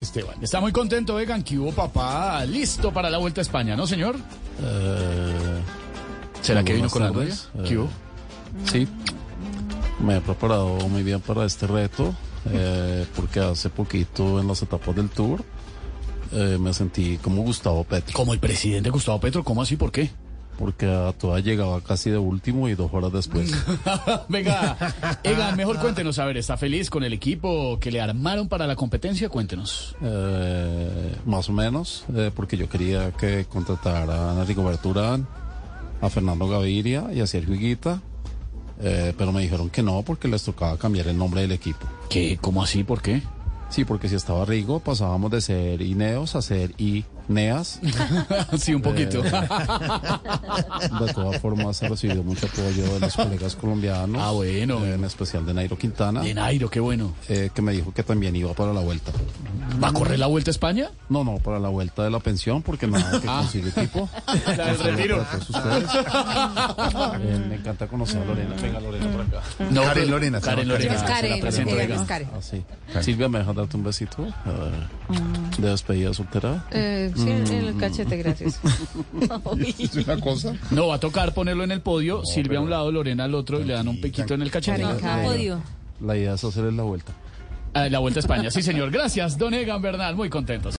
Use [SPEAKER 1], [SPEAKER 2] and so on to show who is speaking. [SPEAKER 1] Esteban.
[SPEAKER 2] Está muy contento, Vegan, que hubo papá listo para la vuelta a España, ¿no, señor?
[SPEAKER 1] Eh,
[SPEAKER 2] ¿Será que vino
[SPEAKER 1] buenas
[SPEAKER 2] con la novia?
[SPEAKER 1] tardes. Eh.
[SPEAKER 2] ¿Qué hubo? Sí.
[SPEAKER 1] me he preparado muy bien para este reto, eh, porque hace poquito en las etapas del tour eh, me sentí como Gustavo Petro,
[SPEAKER 2] Como el presidente Gustavo Petro, ¿cómo así? ¿Por qué?
[SPEAKER 1] porque a todas llegaba casi de último y dos horas después.
[SPEAKER 2] Venga, Egan, mejor cuéntenos, a ver, ¿está feliz con el equipo que le armaron para la competencia? Cuéntenos.
[SPEAKER 1] Eh, más o menos, eh, porque yo quería que contrataran a Rigoberto Urán, a Fernando Gaviria y a Sergio Higuita, eh, pero me dijeron que no porque les tocaba cambiar el nombre del equipo.
[SPEAKER 2] ¿Qué? ¿Cómo así? ¿Por qué?
[SPEAKER 1] Sí, porque si estaba Rigo pasábamos de ser Ineos a ser Ineas.
[SPEAKER 2] sí, un poquito.
[SPEAKER 1] Eh. De todas formas se recibido mucho apoyo de los colegas colombianos,
[SPEAKER 2] Ah, bueno.
[SPEAKER 1] eh, en especial de Nairo Quintana,
[SPEAKER 2] De Nairo, qué bueno.
[SPEAKER 1] eh, que me dijo que también iba para la vuelta.
[SPEAKER 2] ¿Va a correr la vuelta a España?
[SPEAKER 1] No, no, para la vuelta de la pensión, porque nada que
[SPEAKER 2] Ah.
[SPEAKER 1] consigue equipo.
[SPEAKER 2] La del retiro.
[SPEAKER 1] Eh, me encanta conocer a Lorena. Venga, Lorena, por acá.
[SPEAKER 2] No,
[SPEAKER 3] Karen
[SPEAKER 2] pero-
[SPEAKER 3] Lorena, se
[SPEAKER 2] Karen
[SPEAKER 3] llama
[SPEAKER 2] Lorena.
[SPEAKER 3] Karen.
[SPEAKER 4] Es
[SPEAKER 2] Ah, se la
[SPEAKER 4] Karen,
[SPEAKER 2] presento,
[SPEAKER 4] ella
[SPEAKER 2] Egan.
[SPEAKER 4] es Karen.
[SPEAKER 1] Ah, sí. Silvia, ¿me dejas darte un besito? A ver, De despedida soltera.
[SPEAKER 4] Eh, sí, en el cachete, gracias.
[SPEAKER 3] Es una cosa.
[SPEAKER 2] No, va a tocar ponerlo en el podio, Silvia a un lado, Lorena al otro, y le dan un piquito en el cachete.
[SPEAKER 4] Karen, Karen.
[SPEAKER 5] Podio.
[SPEAKER 1] La idea es hacerle la vuelta.
[SPEAKER 2] eh, Ah, La vuelta a España, sí señor. Gracias, don Egan Bernal, muy contentos.